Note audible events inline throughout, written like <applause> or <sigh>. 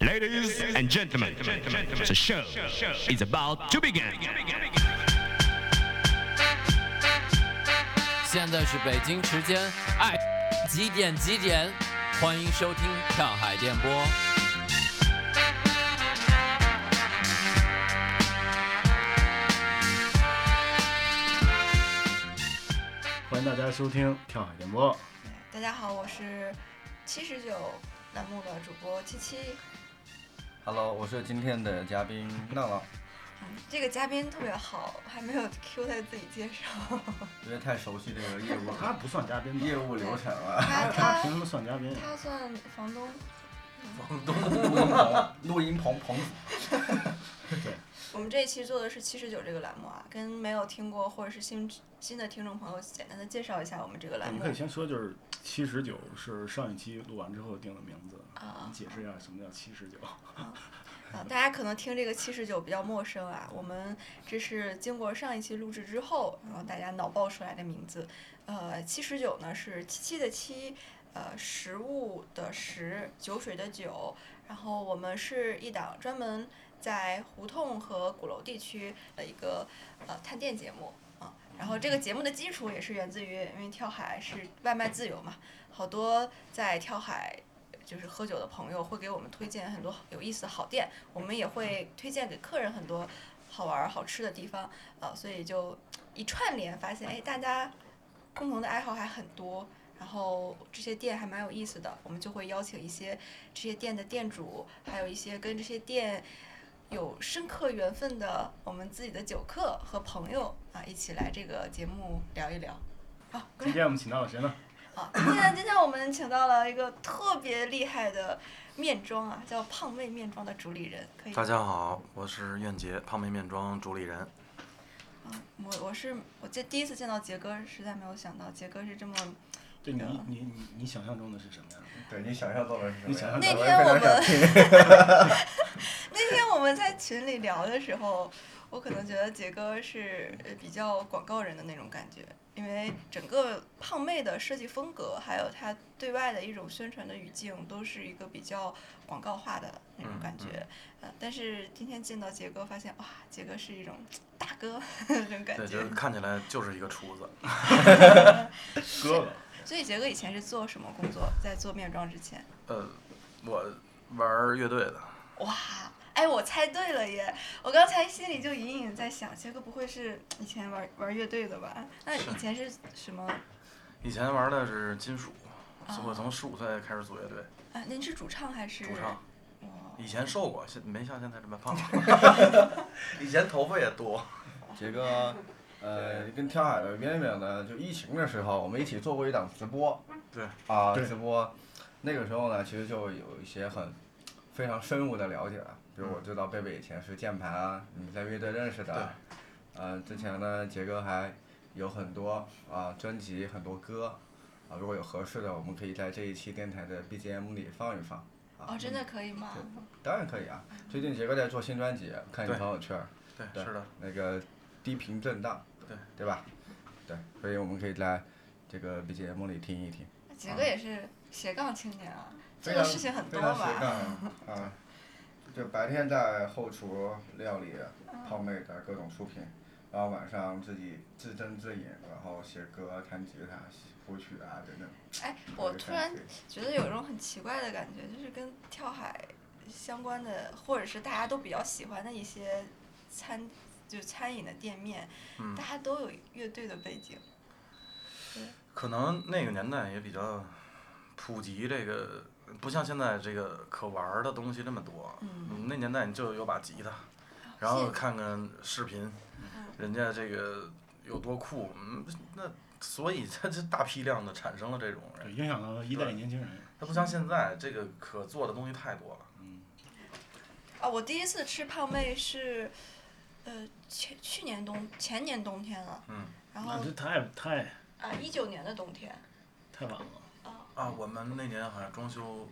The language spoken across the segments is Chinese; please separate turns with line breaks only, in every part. Ladies and gentlemen, the show is about to begin.
现在是北京时间，哎，几点几点？欢迎收听上海电波。
欢迎大家收听跳海电波。
大家好，我是七十九栏目的主播七七。
Hello，我是今天的嘉宾浪浪，
嗯这个嘉宾特别好，还没有 Q 他自己介绍。
因为太熟悉这个业务
他不算嘉宾吧？
业务流程了。
他
他凭
他
什么算嘉宾？
他算房东，
<laughs> 录音棚，录音棚棚主，
我们这一期做的是七十九这个栏目啊，跟没有听过或者是新新的听众朋友简单的介绍一下我们这个栏
我们
目
可以先说，就是七十九是上一期录完之后定的名字。
啊
你解释一下什么叫七 <laughs> 十九？
啊，大家可能听这个七十九比较陌生啊，我们这是经过上一期录制之后，然后大家脑爆出来的名字。呃，七十九呢是七七的七，呃，食物的食，酒水的酒。然后我们是一档专门在胡同和鼓楼地区的一个呃探店节目啊。然后这个节目的基础也是源自于，因为跳海是外卖自由嘛，好多在跳海就是喝酒的朋友会给我们推荐很多有意思的好店，我们也会推荐给客人很多好玩儿好吃的地方，呃，所以就一串联发现，哎，大家共同的爱好还很多，然后这些店还蛮有意思的，我们就会邀请一些这些店的店主，还有一些跟这些店。有深刻缘分的我们自己的酒客和朋友啊，一起来这个节目聊一聊。好，各位
今天我们请到了谁 <laughs> 呢？
啊，今天今天我们请到了一个特别厉害的面妆啊，叫胖妹面妆的主理人，可以。
大家好，我是苑杰，胖妹面妆主理人。
啊，我我是我这第一次见到杰哥，实在没有想到杰哥是这么。
这你你你你想象中的是什么呀？
对你想象到的是什么
你想
呀？
象
那
到
天我
非常想
们 <laughs> 那天我们在群里聊的时候，我可能觉得杰哥是呃比较广告人的那种感觉，因为整个胖妹的设计风格，还有她对外的一种宣传的语境，都是一个比较广告化的那种感觉。呃，但是今天见到杰哥，发现哇，杰哥是一种大哥 <laughs> 那种感
对，就
觉
是。看起来就是一个厨子。
哥哥，
所以杰哥以前是做什么工作？在做面妆之前？
呃，我玩乐队的，
哇，哎，我猜对了耶！我刚才心里就隐隐在想，杰哥不会是以前玩玩乐队的吧？那以前是什么？
以前玩的是金属，
哦
我从十五岁开始组乐队，
啊，您是主唱还是？
主唱。
哇。
以前瘦过，现没像现在这么胖。 <laughs> 以前头发也多。
杰哥，呃，跟跳海的渊源呢，就疫情的时候，我们一起做过一档直播。
对。
啊，
对
直播，那个时候呢，其实就有一些很非常深入的了解了，比
嗯
如我知道贝贝以前是键盘啊，你们在乐队认识的。呃，之前呢，杰哥还有很多啊专辑，很多歌。啊，如果有合适的，我们可以在这一期电台的 BGM 里放一放。啊
哦，，真的可以吗？
当然可以啊！最近杰哥在做新专辑，看你
对
朋友圈儿，
<laughs> 对，
对
是的，
那个低频震荡，
对
对吧？对，所以我们可以在这个 BGM 里听一听。
杰哥也是斜杠青年啊，做
非
的
常
事情很多
非常斜
吧？
杠啊啊！就白天在后厨料理、
嗯
泡妹的各种出品，然后晚上自己自斟自饮，然后写歌、弹吉他、谱曲啊等等。
哎，我
这个
突
感
然
觉
觉得有一种很奇怪的感觉，就是跟跳海相关的，或者是大家都比较喜欢的一些餐，就餐饮的店面，
嗯
大家都有乐队的背景。
可能那个年代也比较普及这个，不像现在这个可玩的东西那么多。
嗯
那年代你就有把吉他，
啊
然后看看视频，
嗯
人家这个有多酷，嗯，那所以它就大批量的产生了这种
对，
人，
影响到一代
对
年轻人。
它不像现在这个可做的东西太多了。
啊，我第一次吃胖妹是，呃，前去年冬前年冬天了，
嗯，
然后
那这太太
啊一九年的冬天，
太晚了，
啊，我们那年好像装修，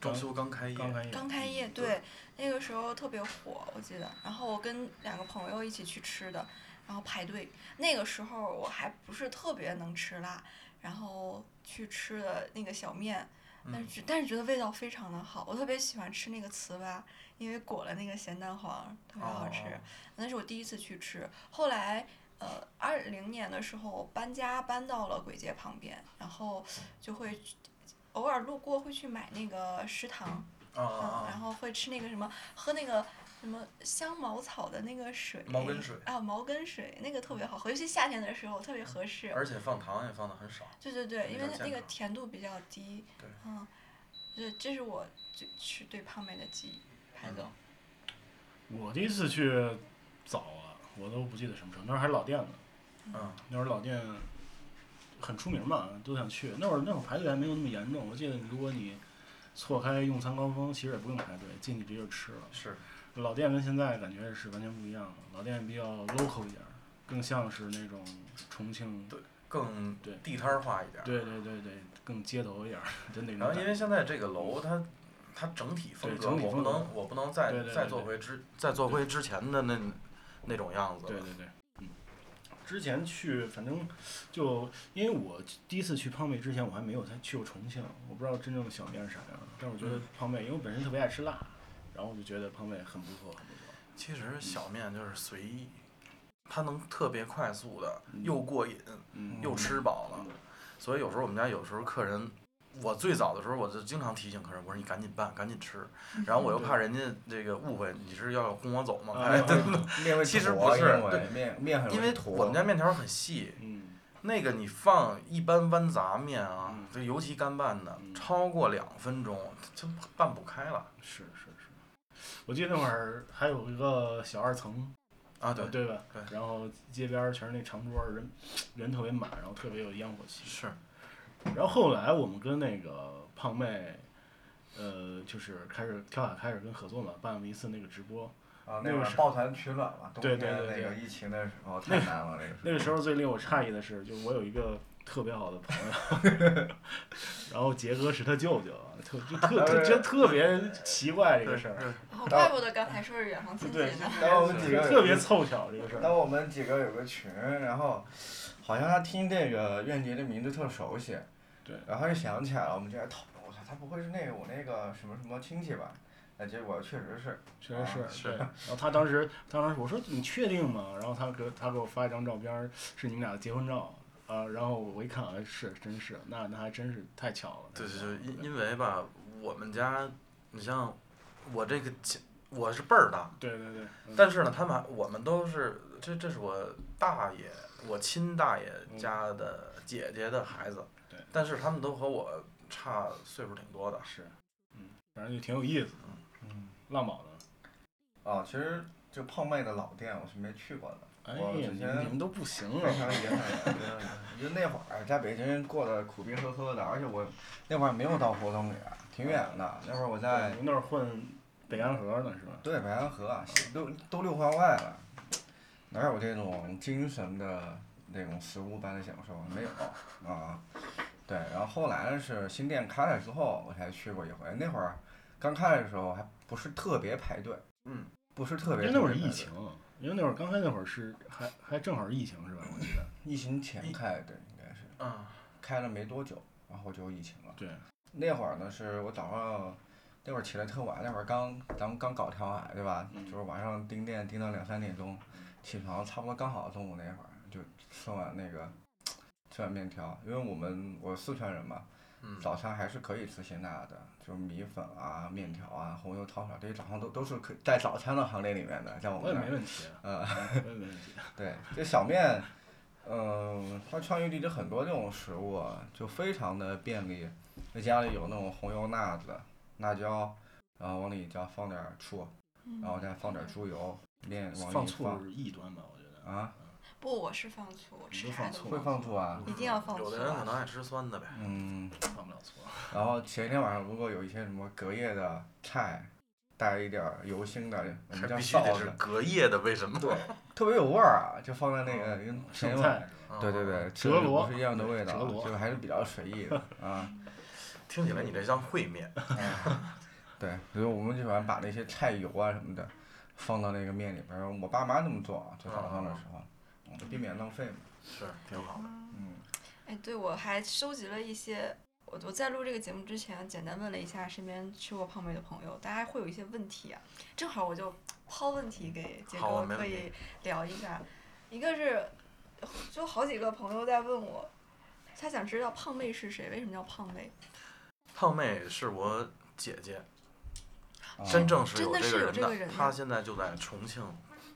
装修刚开业，
刚开业。
刚开业，对，那个时候特别火，我记得。然后我跟两个朋友一起去吃的，然后排队。那个时候我还不是特别能吃辣，然后去吃的那个小面，但是只但是觉得味道非常的好，我特别喜欢吃那个糍粑，因为裹了那个咸蛋黄，特别好吃。
哦
那是我第一次去吃，后来。呃，二零年的时候搬家搬到了簋街旁边，然后就会去偶尔路过会去买那个食堂，
啊啊
嗯，然
啊！
后会吃那个什么，喝那个什么香茅草的那个水，
茅根水
啊，茅根水那个特别好喝，尤其夏天的时候特别合适。
嗯而且放糖也放的很少。
对对对，因为
比较
它那
健
个
康
甜度比较低。
对
嗯，对，这是我最是对胖妹的记忆。排
嗯
总，
我第一次去早了，我都不记得什么时候，那会儿还是老店呢。
嗯，
那会儿老店很出名嘛，都想去。那会儿那会儿排队还没有那么严重，我记得如果你错开用餐高峰，其实也不用排队，进去直接就吃了。
是
老店跟现在感觉是完全不一样了，老店比较 local 一点儿，更像是那种重庆，
对更
对
地摊儿化一点儿。
对对对对，更街头一点儿的那种
然
感
后
觉。
因为现在这个楼它。它整体风
对
格，
整体
我不
风格
能，我不能再
对对对
再做回之再做回之前的那那种样子了。
对对对，嗯，之前去反正就因为我第一次去胖妹之前，我还没有太去过重庆，我不知道真正的小面是啥样的。但我觉得胖妹，因为我本身特别爱吃辣，然后我就觉得胖妹很不错，很不错。
其实小面就是随意，它能特别快速的又过瘾
嗯
又吃饱了
嗯，
所以有时候我们家有时候客人。我最早的时候，我就经常提醒客人，我说你赶紧办，赶紧吃。然后我又怕人家这个误会你是要轰我走嘛，
啊
哎，对
面会
其实
坨
不是
因为
对
面面很容易
因为
坨
我们家面条很细，
嗯，
那个你放一般豌杂面啊
嗯，
这尤其干拌的，
嗯
超过两分钟它它拌不开了
是是是。我记得那会儿还有一个小二层，
啊！对，
对吧？
对
然后街边儿全是那长桌儿，人人特别满，然后特别有烟火气。
是
然后后来我们跟那个胖妹，呃，就是开始跳海开始跟合作嘛，办了一次那个直播。
啊，
那
那
个
会儿
是
抱团取暖嘛，冬
对
天
对对
那个
对
疫情的时候太难了，那个
那个时候最令我诧异的是，就是我有一个特别好的朋友， <laughs> 然后杰哥是他舅舅，特就特特真特别奇怪这个事儿，
哦，怪不得刚才说是远房亲戚
对
<laughs> 呢。
当我们几个
特别凑巧这个事
当
儿。
我们几个有个群，然后好像他听这个愿杰的名字特熟悉，
对
然后就想起来了，我们就在讨论，我操，他不会是那个我那个什么什么亲戚吧？那结果确实是，
确实是，
是
对。然后他当时，他当时我说你确定吗？然后他给他给我发一张照片儿，是你们俩的结婚照啊、然后我一看，啊，是真是，那那还真是太巧了。
对对对，因因为吧，我们家，你像我这个亲，我是辈儿大，
对对对，嗯
但是呢，他们还我们都是这这是我大爷，我亲大爷家的姐姐的孩子，
对
但是他们都和我差岁数挺多的，
是，嗯，反正就挺有意思的。
嗯，
浪宝呢？
哦，其实就胖妹的老店我是没去过的，
哎
我
呀，
之
你
前
们都不行
非常
了。
遗憾，真的就那会儿在北京过得苦逼呵呵的，而且我那会儿没有到胡同里啊，挺远的，那会儿我在
你们那儿混北安河呢是吧？
对，白洋河啊，都都六环外了，哪有这种精神的那种食物般的享受？没有啊。对，然后后来是新店开了之后，我才去过一回。那会儿刚开的时候还不是特别排队，
嗯，
不是特
因
别。
为那会儿疫情，，因为那会儿刚开那会儿是还还正好是疫情是吧？我记得。
疫情前开的，应该是
嗯，
开了没多久，然后就疫情了。
对，
那会儿呢，是我早上那会儿起来特晚，那会儿刚咱们刚搞跳海对吧？
嗯
就是晚上盯店盯到两三点钟，起床差不多刚好中午那会儿就吃碗那个吃碗面条，因为我们我四川人嘛，
嗯
早餐还是可以吃辛辣的，就是米粉啊、面条啊、红油抄手这些早上都都是可以在早餐的行列里面的，在我
我
们
也
那
没
儿，
问题啊，
嗯。
我也没问题。
对，这小面，嗯，它川渝地区很多这种食物啊，就非常的便利。那家里有那种红油辣子、辣椒，然后往里加放点儿醋，
嗯
然后再放点儿猪油，面往
放
里
醋是异端吧？我觉得。
啊，
不，我是放醋，我吃
都
啥
放醋
都
会放醋啊，
一定要
哦
放醋
有的人可能
啊。
爱吃酸的呗，
嗯。
放不了醋。
然后前一天晚上如果有一些什么隔夜的菜，带一点儿油腥的，我
还
们叫
必须得
臊
是
子，
隔夜的，为什么？
对，特别有味儿啊，就放在那个跟前一
哦生
晚
菜是吧？
啊
对对，对，吃
折
的
罗
不是一样的味道
折，罗
就还是比较随意的啊。
听起来你这像烩面，
<laughs> 对，所以我们就喜欢把那些菜油啊什么的放到那个面里边儿。我爸妈这么做啊，做早上的时
哦
候，嗯避免浪费嘛。
是挺好的。
嗯，
哎，对，我还收集了一些。我我我在录这个节目之前，简单问了一下身边去过胖妹的朋友，大家会有一些问题啊，正好我就抛问题给杰
好啊
哥，
没
可
问题
以聊一下。一个是，就好几个朋友在问我，他想知道胖妹是谁，为什么叫胖妹？
胖妹是我姐姐，
啊
真正是
真
有
的
这
是
个
有
人
这个人
的，
的
她现在就在重庆，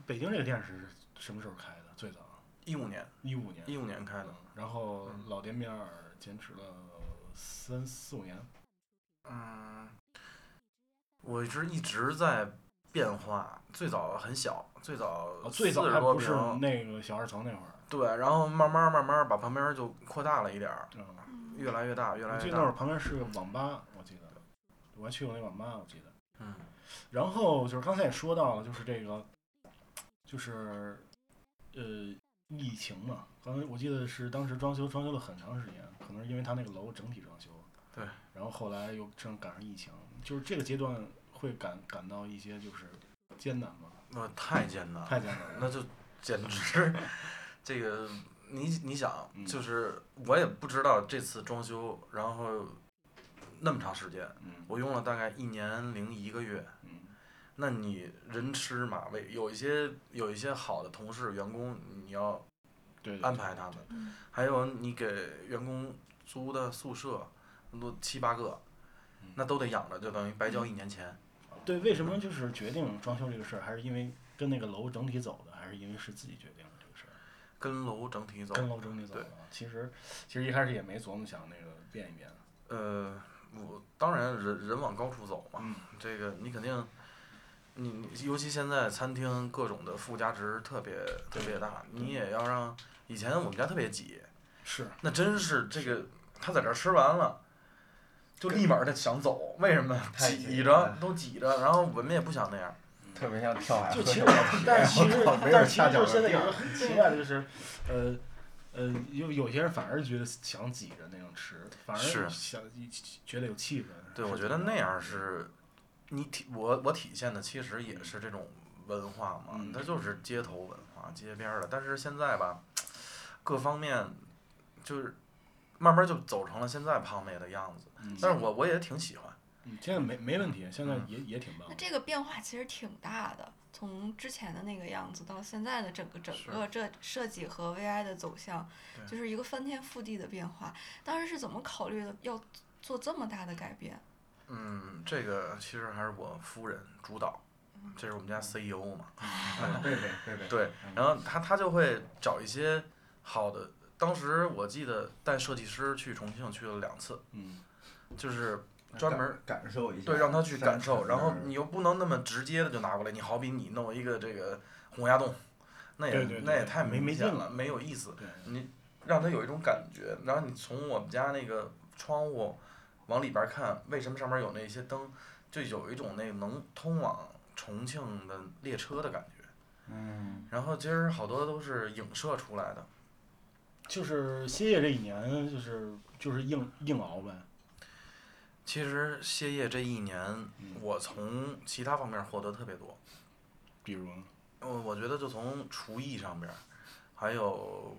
北京这个店是什么时候开的？最早
一五年
一五年，
一五年开的，
然后
嗯
老店面儿坚持了三四五年，
嗯，我是一直在变化，最早很小，最早
哦最早
40
还
呃多
不是
平
那个小二层那会儿，
对，然后慢慢慢慢把旁边就扩大了一点儿，
嗯，
越来越大，越
我
来
记
越
得那会
大
儿，旁边是个网吧，我记得我还去过那网吧，我记得。
嗯，
然后就是刚才也说到了，就是这个，就是呃，疫情嘛，刚才我记得是当时装修装修了很长时间，可能是因为他那个楼整体装修，
对，
然后后来又正赶上疫情，就是这个阶段会感感到一些就是艰难嘛，
那太艰难了，
太艰难了，
那就简直，这个你你想，
嗯
就是我也不知道这次装修，然后那么长时间，
嗯
我用了大概一年零一个月。
嗯
那你人吃马喂，有一些有一些好的同事员工，你要
对，对
安排他们，
嗯
还有你给员工租的宿舍，那都七八个，
嗯
那都得养着，就等于白交一年钱。
对，为什么就是决定装修这个事儿，还是因为跟那个楼整体走的，还是因为是自己决定的这个事儿？
跟楼整体走，
跟楼整体走
对
的。啊其实其实一开始也没琢磨想那个变一变，啊
呃，我当然人人往高处走嘛，
嗯
这个你肯定，你你尤其现在餐厅各种的附加值特别特别大，你也要让以前我们家特别挤，
是
那真是这个他在这儿吃完了。就立马儿他想走，为什么？
太挤
挤
了
着都挤着，然后我们也不想那样。
特别像跳海
就
喝
其实
酒的体验，
但是其实
我靠没有
但是其
下
实
脚
就是现
的
在
地
有一
儿
个。很奇怪的就是，呃呃，有有些人反而觉得想挤着那种吃，反而
是
想觉得有气氛。
对，我觉得那样是，你体我我体现的其实也是这种文化嘛，
嗯
它就是街头文化、街边儿的。但是现在吧，各方面就是慢慢就走成了现在胖妹的样子。
嗯，
但是我我也挺喜欢，
嗯现在没没问题，现在
嗯
也也挺棒
那。这个变化其实挺大的，从之前的那个样子到现在的整个整
是
个这设计和 VI 的走向，
对
就是一个翻天覆地的变化。当时是怎么考虑的要做这么大的改变？
嗯，这个其实还是我夫人主导，这是我们家 CEO 嘛，
啊
嗯贝贝贝贝，
对，
嗯
然后他他就会找一些好的。当时我记得带设计师去重庆去了两次，
嗯，
就是专门
感感受一下，
对，让他去感
山
受，
城
然后
嗯
那儿
你又不能那么直接的就拿过来。你好比你弄一个这个洪崖洞，那也
对对对
那也太
没没
明
劲
显
了
了，没有意思。
对，
你让他有一种感觉，然后你从我们家那个窗户往里边看，为什么上面有那些灯，就有一种那个能通往重庆的列车的感觉。
嗯，
然后其实好多都是影射出来的，
就是歇业这一年，就是就是硬硬熬呗。
其实歇业这一年，
嗯
我从其他方面获得特别多。
比如呢，
嗯，我觉得就从厨艺上边儿，还有，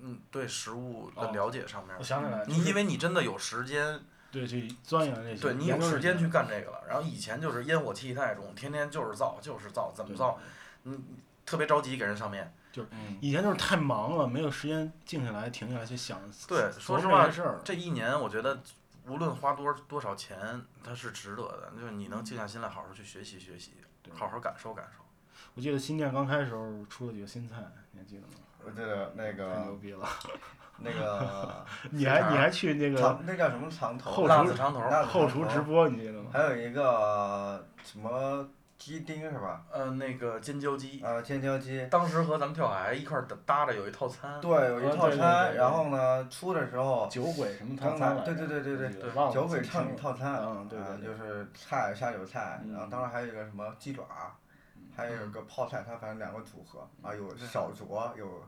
嗯，对食物
哦
的了解上面儿
我，想起来，
你因为你真的有时间，
对去钻研这些，
对你
研
有
究
时
这
间
些
去干这个了。然后以前就是烟火气太重，天天就是造，就是造，怎么
对
造，嗯特别着急给人上面。
嗯
以前就是太忙了，没有时间静下来、停下来去想。
对说实
琢磨
话
这些事儿，
这一年我觉得，无论花多多少钱，它是值得的，就是你能静下心来好好去学习学习，
对
好好感受感受。
我记得新店刚开的时候出了几个新菜，你还记得吗？
我记得那
太牛
个
逼了！
那个
你还
哪儿
你还去 <laughs> 那个
长那叫什么长头
后厨
辣
辣子长头儿，
辣子
后厨直播，你记得吗？
还有一个什么鸡丁是吧？
呃，那个尖椒鸡，
呃，尖椒鸡。
当时和咱们跳海一块儿搭搭着有一套餐。
对，有一
哦
套
对对对
餐，
对
然后呢，出的时候，
酒鬼什么套
刚
餐
才
来着？
对对对
我
对对
记得
对
忘了
酒
怎
鬼
么
唱
称
一套餐，
嗯对对
啊
对
就是菜下酒菜，然后
嗯
当然还有一个什么鸡爪儿，还有一个泡菜，它反正两个组合啊，有小酌，有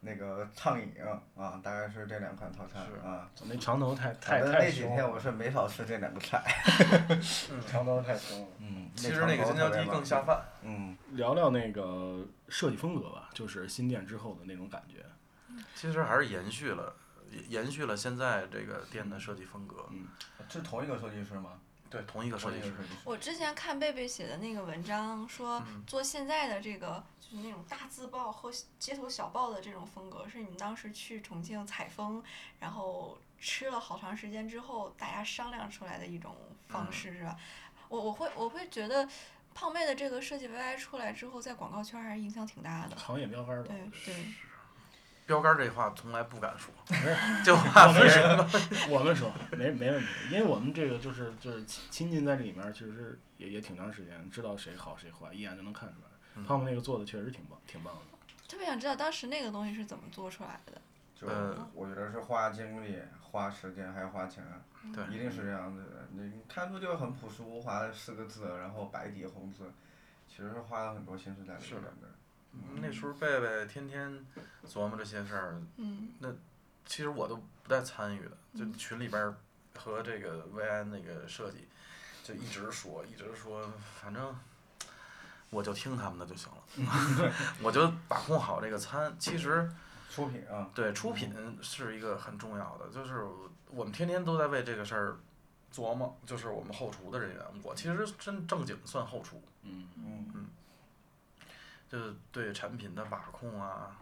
那了，有畅饮啊，大概是这两款套餐
是
啊。
我那长头太太
反正
太
那几
凶
天
了，
我是没少吃这两个菜。
长头太凶了。
嗯，
其实那个尖椒鸡更下。饭。
嗯，
聊聊那个设计风格吧，就是新店之后的那种感觉。
其实还是延续了延续了现在这个店的设计风格。
是嗯同一个设计师吗？
对，同一个设计师。
同一个师
我之前看贝贝写的那个文章，说
嗯
做现在的这个就是那种大字报和街头小报的这种风格，是你们当时去重庆采风，然后吃了好长时间之后，大家商量出来的一种方
嗯
式，是吧？我我会我会觉得胖妹的这个设计 YY 出来之后，在广告圈还是影响挺大的。
行业标杆吧。
对对，
标杆儿这话从来不敢说，
没事
<laughs> 就怕
我
别
们
人
说，我们说，没没问题，因为我们这个就是就是亲亲近在这里面，其实也也挺长时间，知道谁好谁坏，一眼就能看出来。
嗯
胖胖那个做的确实挺棒，挺棒的。
特别想知道当时那个东西是怎么做出来的。
就
呃
我觉得是花精力、花时间还花钱，
嗯
对
一定是这样子的。你你看出就很朴实无华的四个字，然后白底红字，其实是花了很多心思在里
是
面
的
的。
那时候贝贝天天琢磨这些事儿，
嗯，
其实我都不带参与的，就群里边儿和这个薇安那个设计，就一直说一直说，反正我就听他们的就行了，
<laughs>
我就把控好这个餐。其实
出品啊，
对出品是一个很重要的，就是我们天天都在为这个事儿琢磨，就是我们后厨的人员，我其实真正经算后厨，
嗯，
嗯，
就是对产品的把控啊，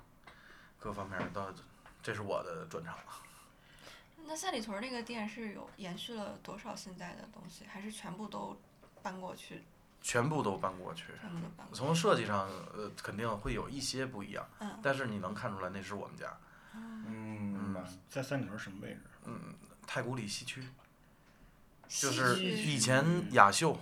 各方面儿的，这是我的专长。
那三里屯儿那个店是有延续了多少现在的东西，还是全部都搬过去，
全部都搬过去。
全部都搬过去？
从设计上，呃，肯定会有一些不一样，
嗯，
但是你能看出来那是我们家。
嗯，明白。
在三里屯什么位置？
嗯，太古里西区，就
戏
是
剧
以前雅秀，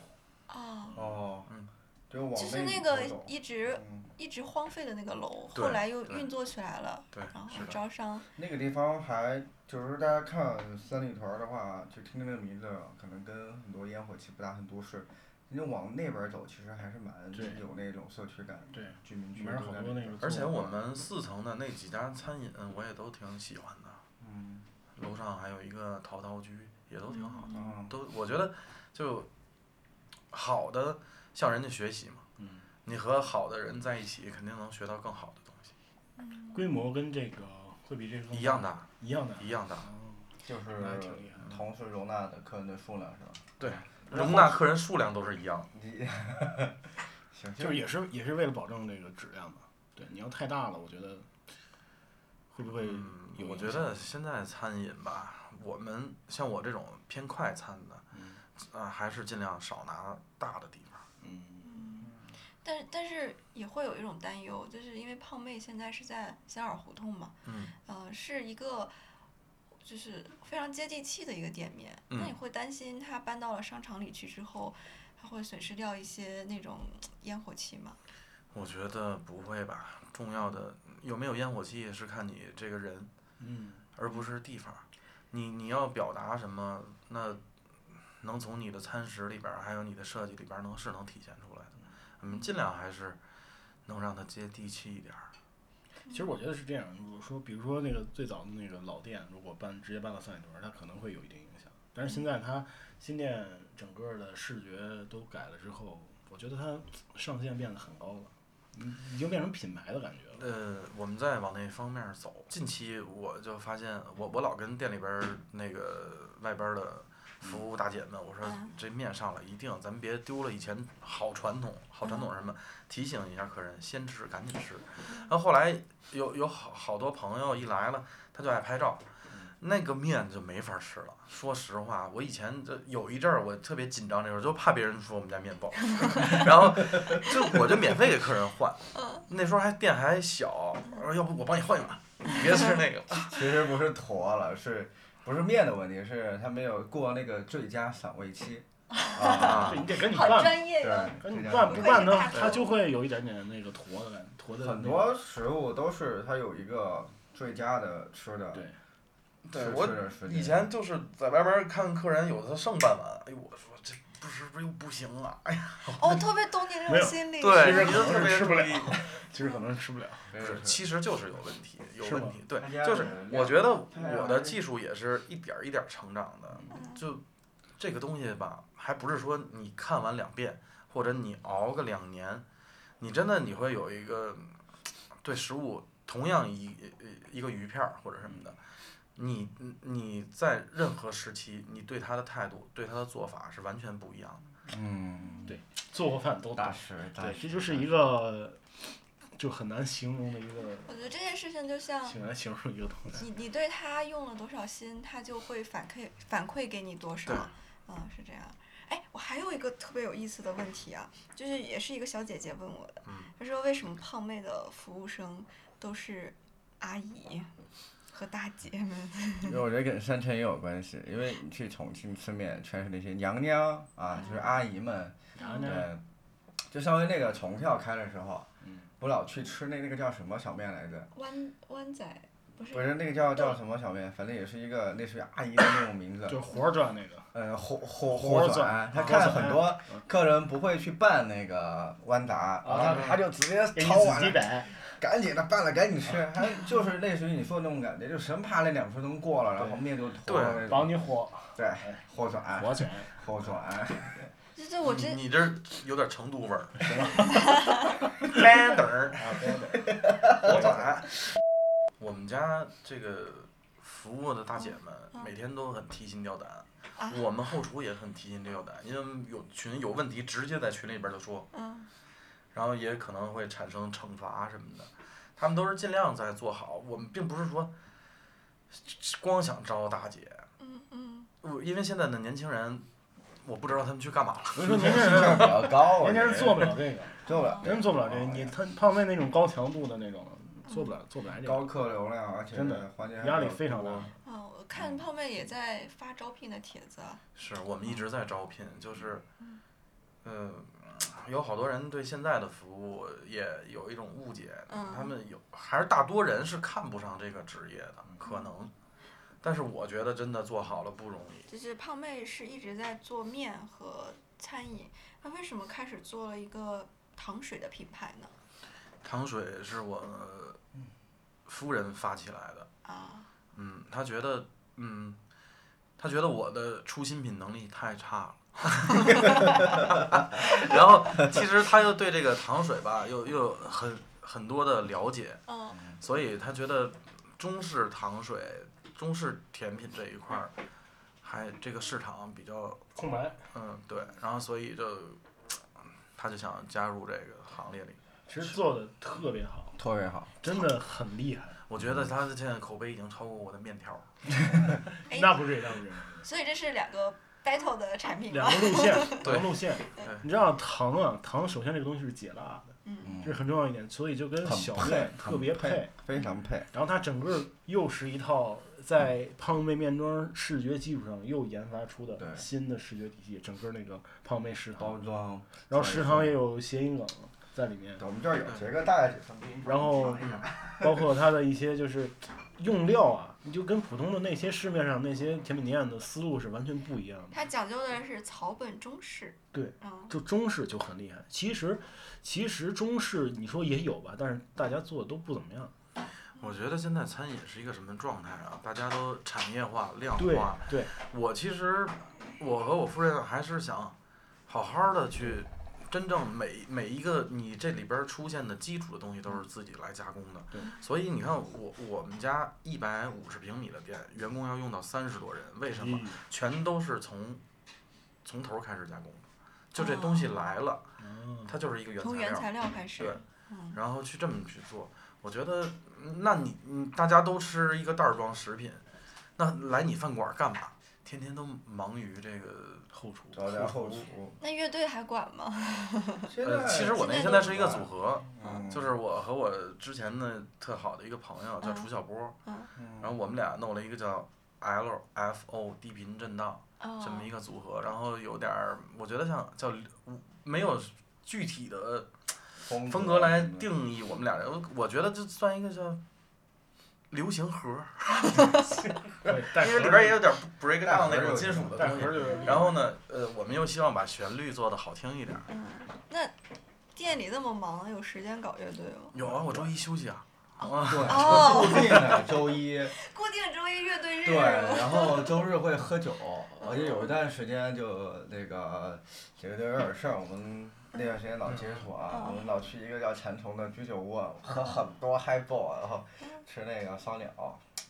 哦，
哦，
嗯
就往
就是那
内
个
走走
一直
嗯，
一直荒废的那个楼，
对
后来又
对
运作起来了，
对，
然
是
后
的，
招商，
那个地方还就是大家看三里屯儿的话，就听这个名字，可能跟很多烟火气不大很都市。你就往那边儿走，其实还是蛮
对
有那种社区感的，
对，
居民
里
区
面
都
好
在
多
里
那个
边
做。
嗯而且我们四层的那几家餐饮，我也都挺喜欢的。
嗯，
楼上还有一个陶陶居，也都挺好的。
嗯
啊，
都我觉得就好的向人家学习嘛。
嗯
你和好的人在一起，肯定能学到更好的东西。
规模跟这个会比这个更
一样
大，
大，
一样的。
一样大。
哦
就是
那还挺厉害的
同时容纳的客人的数量是吧？
<laughs>
对，
嗯
然
容
后
纳客人数量都是一样的。
你， <laughs> 行，
就是也是也是为了保证这个质量吧。对，你要太大了，我觉得会不会
嗯，
有
我
影
觉
响
得现在餐饮吧，我们像我这种偏快餐的，啊、
嗯
还是尽量少拿大的地方。
嗯，
但是但是也会有一种担忧，就是因为胖妹现在是在三尔胡同嘛，
嗯，
呃，是一个就是非常接地气的一个店面。那你
嗯
会担心它搬到了商场里去之后，它会损失掉一些那种烟火气吗？
我觉得不会吧。重要的有没有烟火气是看你这个人，
嗯，
而不是地方。你你要表达什么，那能从你的餐食里边儿，还有你的设计里边儿能是能体现出来的。我们尽量还是能让它接地气一点儿。
其实我觉得是这样。如果说，比如说那个最早的那个老店，如果搬直接搬到三里屯儿，它可能会有一定影响。但是现在它新店整个的视觉都改了之后，我觉得它上限变得很高了，嗯已经变成品牌的感觉了。
呃，我们再往那方面儿走。近期我就发现，我我老跟店里边儿那个外边儿的服务大姐们，我说
嗯
这面上了，一定咱别丢了以前好传统，好传
嗯
统是什么？提醒一下客人，先吃，赶紧吃。然后后来有有好好多朋友一来了，他就爱拍照。
嗯
那个面就没法吃了。说实话，我以前这有一阵儿我特别紧张这事儿，就怕别人说我们家面不好
<laughs>
吃，然后就我就免费给客人换。
嗯
那时候还店还小，我说要不我帮你换一碗，
嗯
你别吃
<laughs>
那个。
其实不是坨了，是不是面的问题？是它没有过那个最佳赏
<laughs>
味期。啊，
啊
对，你得跟你
好
拌，
专业
对
呀！，
跟
最
你
佳
拌
赏
不
味
愧
期
拌
是大
它，
厨
它就会有一点点那个坨的感，坨的
很
那
多食物都是它有一个最佳的吃的，
对
对
吃
我
吃的时间
以前就是在外边儿看客人有的剩半碗，哎呦我说这不是不是又不行了，哎呀，
哦，特别懂你这
没
种
有
心理。
对，
其实
你
可能
就特
是
别
吃不
注
了
意
其实可能吃不了。
没
不是
有，吃
其实就是有问题，有
是吗
问题。对
他家，
就
的
是
量
我觉得
他家
我
还
的
是
技术也是一点儿一点儿成长的。就这个东西吧，还不是说你看完两遍，或者你熬个两年，你真的你会有一个对食物同样一一一个鱼片儿或者什么的，你你在任何时期，你对他的态度、对他的做法是完全不一样的。
嗯，
对做过饭都
大
懂。
师，大
对，
师
这就是一个就很难形容的一个，
我觉得这件事情就像
很难形容一个东西。
你你对他用了多少心，他就会反馈反馈给你多少
对，
嗯，是这样。哎，我还有一个特别有意思的问题啊，就是也是一个小姐姐问我的，
嗯
她说为什么胖妹的服务生都是阿姨和大姐们？
因为我觉得跟山城也有关系，因为你去重庆吃面，全是那些娘娘啊，
嗯
就是阿姨们，
然后
对
呢，，
就稍微那个重跳开的时候
嗯，
不老去吃那那个叫什么小面来着？
<laughs> 湾湾仔不是
不是那个叫叫什么小面，反正也是一个类似于阿姨的那种名字
就，是活儿转那个，
呃，火火
火
转
转，火
他
啊转
看很多客人不会去拌那个豌杂，然后他就直接
啊给你
掏
自
完
己
了，
摆，
赶紧的拌了，赶紧吃，他就是类似于你说的那种感觉，就生怕那两分钟过了，然后面就坨了那
帮
种。
你火
对，火转，
火卷。<laughs>
火转，
这这我这
你你这儿有点成都味儿，是吧？
啊 <laughs>
干等儿，我转。我们家这个服务的大姐们
嗯
每天都很提心吊胆，
啊，
我们后厨也很提心吊胆，因为有群有问题直接在群里边儿就说，
嗯
然后也可能会产生惩罚什么的。他们都是尽量在做好，我们并不是说光想招大姐，
嗯嗯，
我因为现在的年轻人，我不知道他们去干嘛了。
所以说年轻人比较高，
人家是做不了这个，
做不了，哦
真做不了这个。你他胖妹那种高强度的那种，做不了，做不来这个，
高客流量，而且
真的
环节还
压
比
力
较
非常大
多。。
啊，我看胖妹也在发招聘的帖子啊，
是我们一直在招聘，就是，呃，有好多人对现在的服务也有一种误解，
嗯
他们有还是大多人是看不上这个职业的，可能。但是我觉得真的做好了不容易，
就是胖妹是一直在做面和餐饮，那为什么开始做了一个糖水的品牌呢？
糖水是我呃夫人发起来的，
啊，
嗯，她觉得，嗯，她觉得我的出新品能力太差了。 <laughs> 然后，其实她又对这个糖水吧，又又有很很多的了解，
嗯
所以他觉得中式糖水、中式甜品这一块儿，还这个市场比较，
空白。
嗯，对，然后所以就他就想加入这个行列里。
其实做的特别好，
特别好，
真的很厉害。
我觉得他现在口碑已经超过我的面条儿，
哎，
那不是，那不是，
所以这是两个 battle 的产品
两
吗？
个路
<laughs>
线，两个路线
对。
你知道糖啊，糖首先这个东西是解辣的，
嗯
嗯
这是很重要一点，所以就跟
很
小
配
面，
很
特别配。
非常配。
然后它整个又是一套在胖妹面庄视觉基础上又研发出
对
的新的视觉体系，整个那个胖妹食
包
堂，
装，
然后食堂也有谐音梗在里面，
我们这儿有这个大概是什么
然后包括它的一些就是用料啊，你就跟普通的那些市面上那些甜品店的思路是完全不一样的。
它讲究的是草本中式。
对，
嗯，
就中式就很厉害，其实其实中式你说也有吧，但是大家做的都不怎么样。
我觉得现在餐饮是一个什么状态啊？大家都产业化、量
对
化。
对，
我其实，我和我夫人还是想好好的去，真正每每一个你这里边儿出现的基础的东西都是自己来加工的。
对
所以你看我我们家一百五十平米的店，员工要用到三十多人，为什么？
嗯
全都是从从头儿开始加工的，就这东西来了，
嗯
它就是一个原
哦
材
从
料
原。材料开
对
始。嗯
然后去这么去做。我觉得，嗯那你你大家都吃一个袋儿装食品，那来你饭馆儿干嘛？天天都忙于这个后厨。
找点后厨。
那乐队还管吗？
现
呃，其实我那现在是一个组合，
嗯
就是我和我之前的特好的一个朋友叫
嗯
楚小波，
嗯
然后我们俩弄了一个叫 L F O 低频震荡
哦
这么一个组合，然后有点儿，我觉得像叫没有具体的风格来定义我们俩人，我我觉得这算一个叫流行盒儿，
对，但
因
是
为里边也有点 break
带盒
down
儿
那
有
种金属的
带
东
盒儿
西。
就是
然后呢，呃，我们又希望把旋律做的好听一点儿。
嗯，那店里那么忙，有时间搞乐队
<laughs>
吗？
有啊，我周一休息啊。
对，
哦
固定的周一，
固定周一乐队
对，
日。
然后周日会喝酒，而且有一段时间就那个这个都有点事儿，我们那段时间老接触啊，我们老啊去一个叫馋虫的居酒屋，喝很多 highball，然后吃那个烧鸟，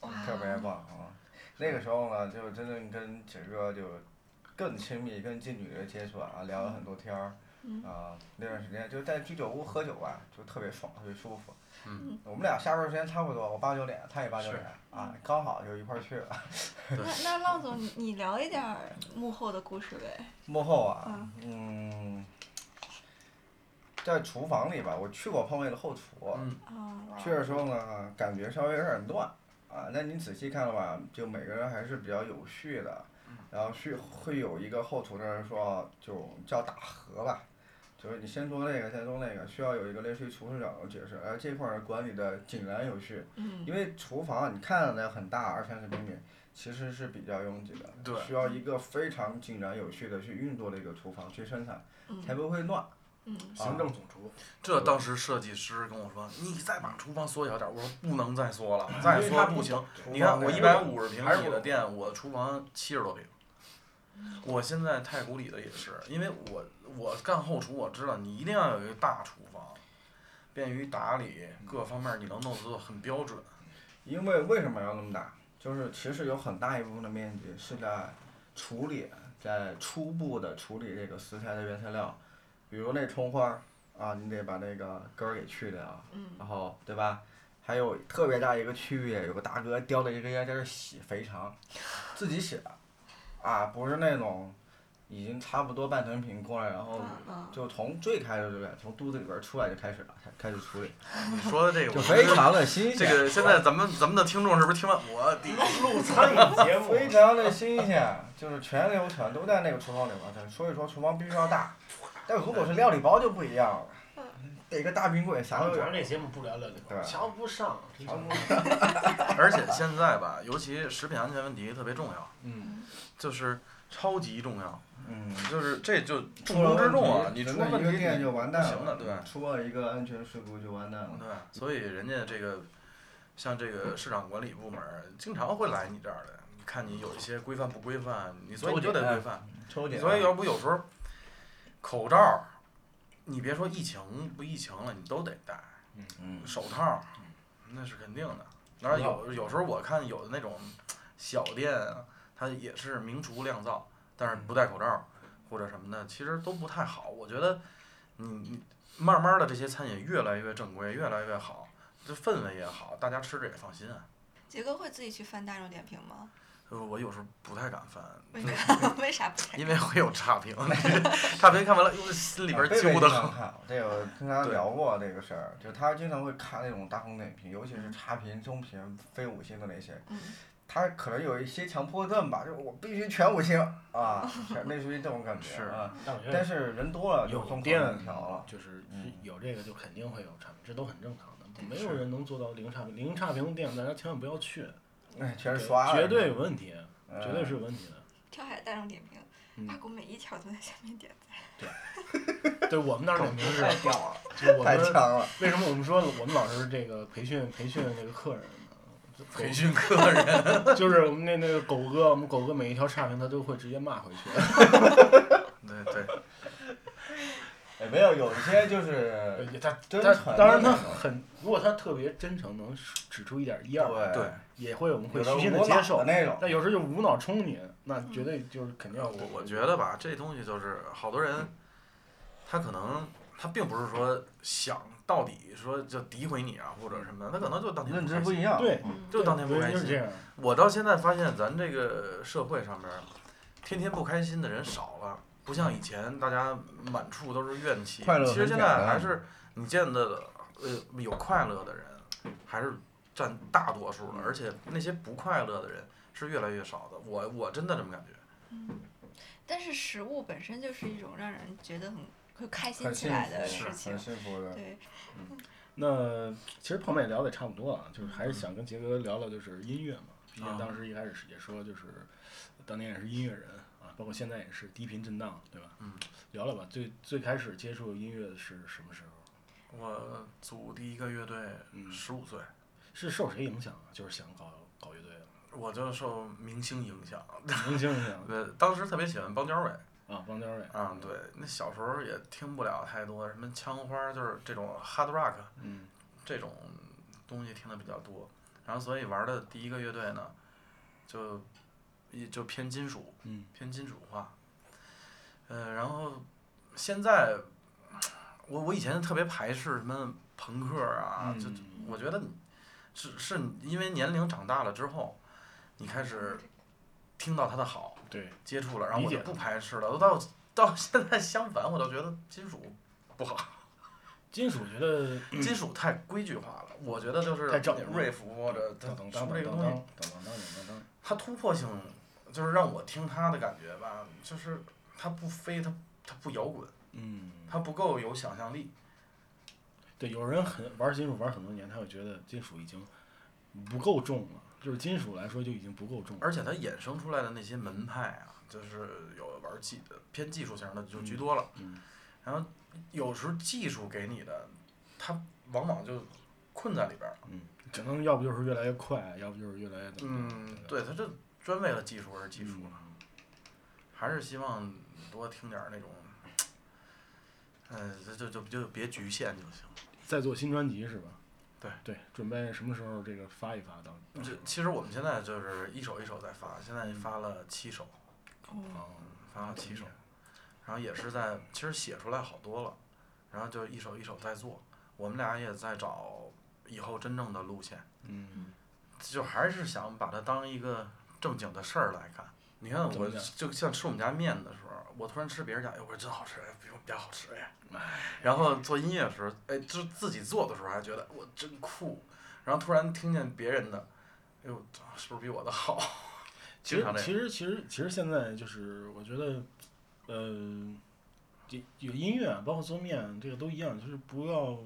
哇，
特别棒啊！那个时候呢，就真正跟杰哥就更亲密、更近距离的接触啊，聊了很多天儿。
嗯
啊、那段时间就在居酒屋喝酒吧，就特别爽，特别舒服。
嗯，
我们俩下班时间差不多，我八九点，他也八九
是
点啊，刚好就一块儿去了。
那那浪总，你你聊一点儿幕后的故事呗。
幕后啊，嗯，在厨房里吧，我去过胖妹的后厨，
嗯
啊，
去的时候呢，感觉稍微有点乱啊，但你仔细看了吧，就每个人还是比较有序的
嗯，
然后是会有一个后厨的人说，就叫打和吧。就是你先做那个，再做那个，需要有一个类似于厨师长的解释，而这块儿管理的井然有序，
嗯
因为厨房你看着很大，二三十平米，其实是比较拥挤的，
对
需要一个非常井然有序的去运作的一个厨房去生产，才
嗯
不会乱。
嗯，
行政总厨，
这当时设计师跟我说：“你再把厨房缩小点儿。”我说：“不能再缩 <laughs> 了，再缩不行。你看我一百五十平米的店，我厨房七十多平。我现在太古里的也是，因为我我干后厨，我知道你一定要有一个大厨房，便于打理各方面，你能弄得很标准。
因为为什么要那么大？就是其实有很大一部分的面积是在处理，在初步的处理这个食材的原材料，比如那葱花儿啊，你得把那个根儿给去掉，
嗯
然后对吧？还有特别大一个区域，有个大哥叼着一根烟在这儿洗肥肠，自己洗的，啊，不是那种已经差不多半成品过来，然后
嗯
就从最开始对不对？从肚子里边儿出来就开始了，开开始处理，
你说的这个，
就
我
非
觉得
常的新
这
鲜。
个现在咱们咱们的听众是不是听完我的？
录餐饮节目
非常的新鲜，就是全流程都在那个厨房里完成，所以说厨房必须要
<laughs>
大。但如果是料理包就不一样了，得个大冰柜啥都有
嗯
咱。们这节目不聊了，
对
瞧不上，真瞧不上。
而且现在吧，尤其食品安全问题特别重要，
嗯
就是超级重要，
嗯，
就是这就重
出了问题
中之重啊！你出
人的
了问
一个
题
店
你
就完蛋
不行了对吧
出了一个安全事故就完蛋了。
对，所以人家这个像这个市场管理部门儿经常会来你这儿的，你看你有一些规范不规范，你所以你就得规范。
抽检，
所以要不有时候口罩儿，你别说疫情不疫情了，你都得戴，
嗯，
手套儿那是肯定的。然后有有时候我看有的那种小店啊，它也是名厨酿造，但是不戴口罩儿或者什么的，其实都不太好。我觉得你你慢慢的这些餐饮越来越正规，越来越好，这氛围也好，大家吃着也放心啊。
杰哥会自己去翻大众点评吗？
呃我有时候不太敢翻，
为啥？ <laughs> 为啥不太？
因为会有差评， <laughs> 差评看完了，哟心里边
啊
儿
贝贝
揪 <laughs>
经
得
常
很。
看，这个跟他聊过这个事儿，就他经常会看那种大众点评，尤其是差评、中评、非五星的那些。
嗯
他可能有一些强迫症吧，就是我必须全五星啊，全类似于这种感觉
是
啊。
但我觉
但
得
是人多了就
有
疯
店
狂调了，
就是
嗯
有这个就肯定会有差评，这都很正常的，没有
是
人能做到零差评。零差评的店大家千万不要去，
哎，全是
对
刷了，
绝对有问题，
嗯
绝对是有问题的。
跳海大众点评，
嗯
阿古每一条都在下面点赞。
对我
<laughs>
们那儿点评是，
<laughs> 太屌了，
就我
太
们
强了。
为什么我们说我们老是这个培训培训那个客人呢？就狗
培训客人，
就是我们那那个狗哥，我们狗哥每一条差评他都会直接骂回去。
对对，
也没有，有一些就是
他
真
他
诚的
当然
那
他
种
很，如果他特别真诚，能指出一点一二，
对
对，
也会我们会
有的
虚心的
无脑
接受
的。那种，
但有时候就无脑冲你，那绝对就是肯定要
我我觉得吧，这东西就是好多人，他可能他并不是说想到底说就诋毁你啊或者什么的，他可能就当天
认知
开
不
心
一样。
对
嗯
就当天不
对
开
就是这
心。
样。
我到现在发现咱这个社会上面儿，天天不开心的人少了，不像以前大家满处都是怨气。
快乐
其实
很
现
简
在
单
还是你见的呃有快乐的人，还是占大多数的，而且那些不快乐的人是越来越少的。我我真的这么感觉。
嗯，但是食物本身就是一种让人觉得很会开心
很
起
幸
来
福
的
的，
事情
很。幸福的。
对，
那其实胖妹聊的也差不多了，就是还是想跟杰哥聊聊就是音乐嘛，毕
啊
竟当时一开始也说就是当年也是音乐人啊，包括现在也是低频震荡，对吧？
嗯，
聊聊吧，最最开始接触音乐是什么时候？
我组第一个乐队
嗯
十五岁，
是受谁影响啊？就是想搞搞乐队了，
我就受明星影响。
明星影响
呃，当时特别喜欢邦交委
啊，邦交委
啊，对，那小时候也听不了太多什么枪花，就是这种 hard rock
嗯
这种东西听的比较多。然后所以玩的第一个乐队呢，就也就偏金属，
嗯
偏金属化。呃，然后现在我我以前特别排斥什么朋克啊，就
嗯
我觉得你是是你因为年龄长大了之后，你开始听到它的好，
对，
接触了，然后我
理解
就不排斥了。都到到现在相反，我倒觉得金属不好，
金属觉得
金属太规矩化了。我觉得就是
嗯太正了
瑞服或者它
当当
什
当
么这
当当
个东西
当当当当当，
它突破性就是让我听它的感觉吧，就是它不飞，它它不摇滚，
嗯，
它不够有想象力。
对，有人很玩金属玩很多年，他会觉得金属已经不够重了，就是金属来说就已经不够重了。
而且它衍生出来的那些门派啊，就是有玩技偏技术型的就居多了。
嗯嗯
然后有时候技术给你的，它往往就困在里边儿了。
嗯，只能要不就是越来越快，要不就是越来越怎么
嗯
样。，
对，他这专为了技术而技
嗯
术了，还是希望多听点儿那种，嗯、这就就就别局限就行。
在做新专辑是吧？
对
对，准备什么时候这个发一发到？
这其实我们现在就是一首一首在发，现在发了七首，
嗯
哦，
发了七首，然后也是在其实写出来好多了，然后就一首一首在做。我们俩也在找以后真正的路线，
嗯，
就还是想把它当一个正经的事儿来干。你看
怎么
我
讲
就像吃我们家面的时候，我突然吃别人家，哎，我说真好吃，哎，比我们家好吃哎。然后做音乐的时候，哎，就自己做的时候还觉得我真酷，然后突然听见别人的，哎呦，是不是比我的好？ <laughs>
其
经
实
常这
其
样。
实其实其实现在就是我觉得，呃，这有音乐啊包括做面这个都一样，就是不要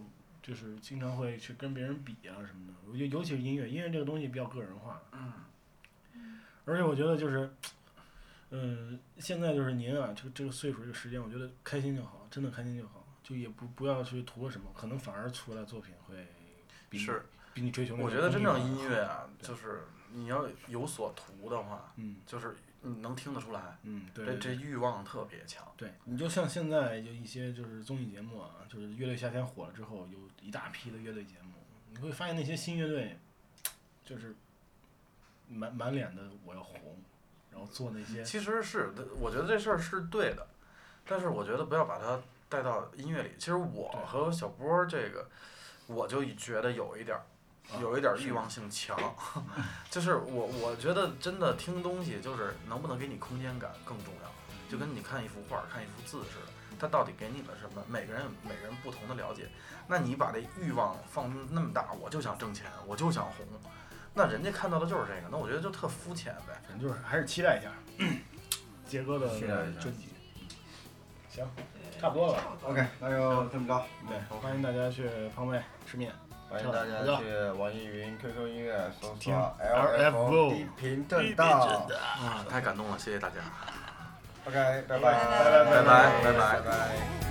就是经常会去跟别人比啊什么的。我觉得尤其是音乐，音乐这个东西比较个人化，
嗯，
而且我觉得就是，嗯、现在就是您啊，这个这个岁数这个时间，我觉得开心就好，真的开心就好，就也不不要去图个什么，可能反而出来作品会比你
是，
比你追求那
我
个
觉得
东
真
西
正
更
音
好
乐啊，
对
就是你要有所图的话，
嗯
就是你能听得出来，
嗯，对
这
对
这
对
欲望特别强。
对，你就像现在有一些就是综艺节目啊，就是乐队夏天火了之后，有一大批的乐队节目，你会发现那些新乐队，就是满满脸的我要红，然后做那些
其实是，我觉得这事儿是对的，但是我觉得不要把它带到音乐里。其实我
对
和小波儿这个，我就觉得有一点儿，
啊
有一点儿
是
欲望性强， <laughs> 就是我我觉得真的听东西就是能不能给你空间感更重要，就跟你看一幅画儿、看一幅字似的。它到底给你了什么？每个人有每个人不同的了解，那你把这欲望放那么大，我就想挣钱，我就想红，那人家看到的就是这个，那我觉得就特肤浅呗。
反正就是还是期待一下杰哥的
期待一下
专辑。行，差不多了。
OK，那就这么着。
对
嗯，
欢迎大家去胖妹吃面。
欢迎大家去网易云、QQ 音乐搜
听
索
LFO
低频震荡。
啊，太感动了，谢谢大家。
OK，拜
拜
拜，
拜
拜
拜拜
拜拜
拜
拜。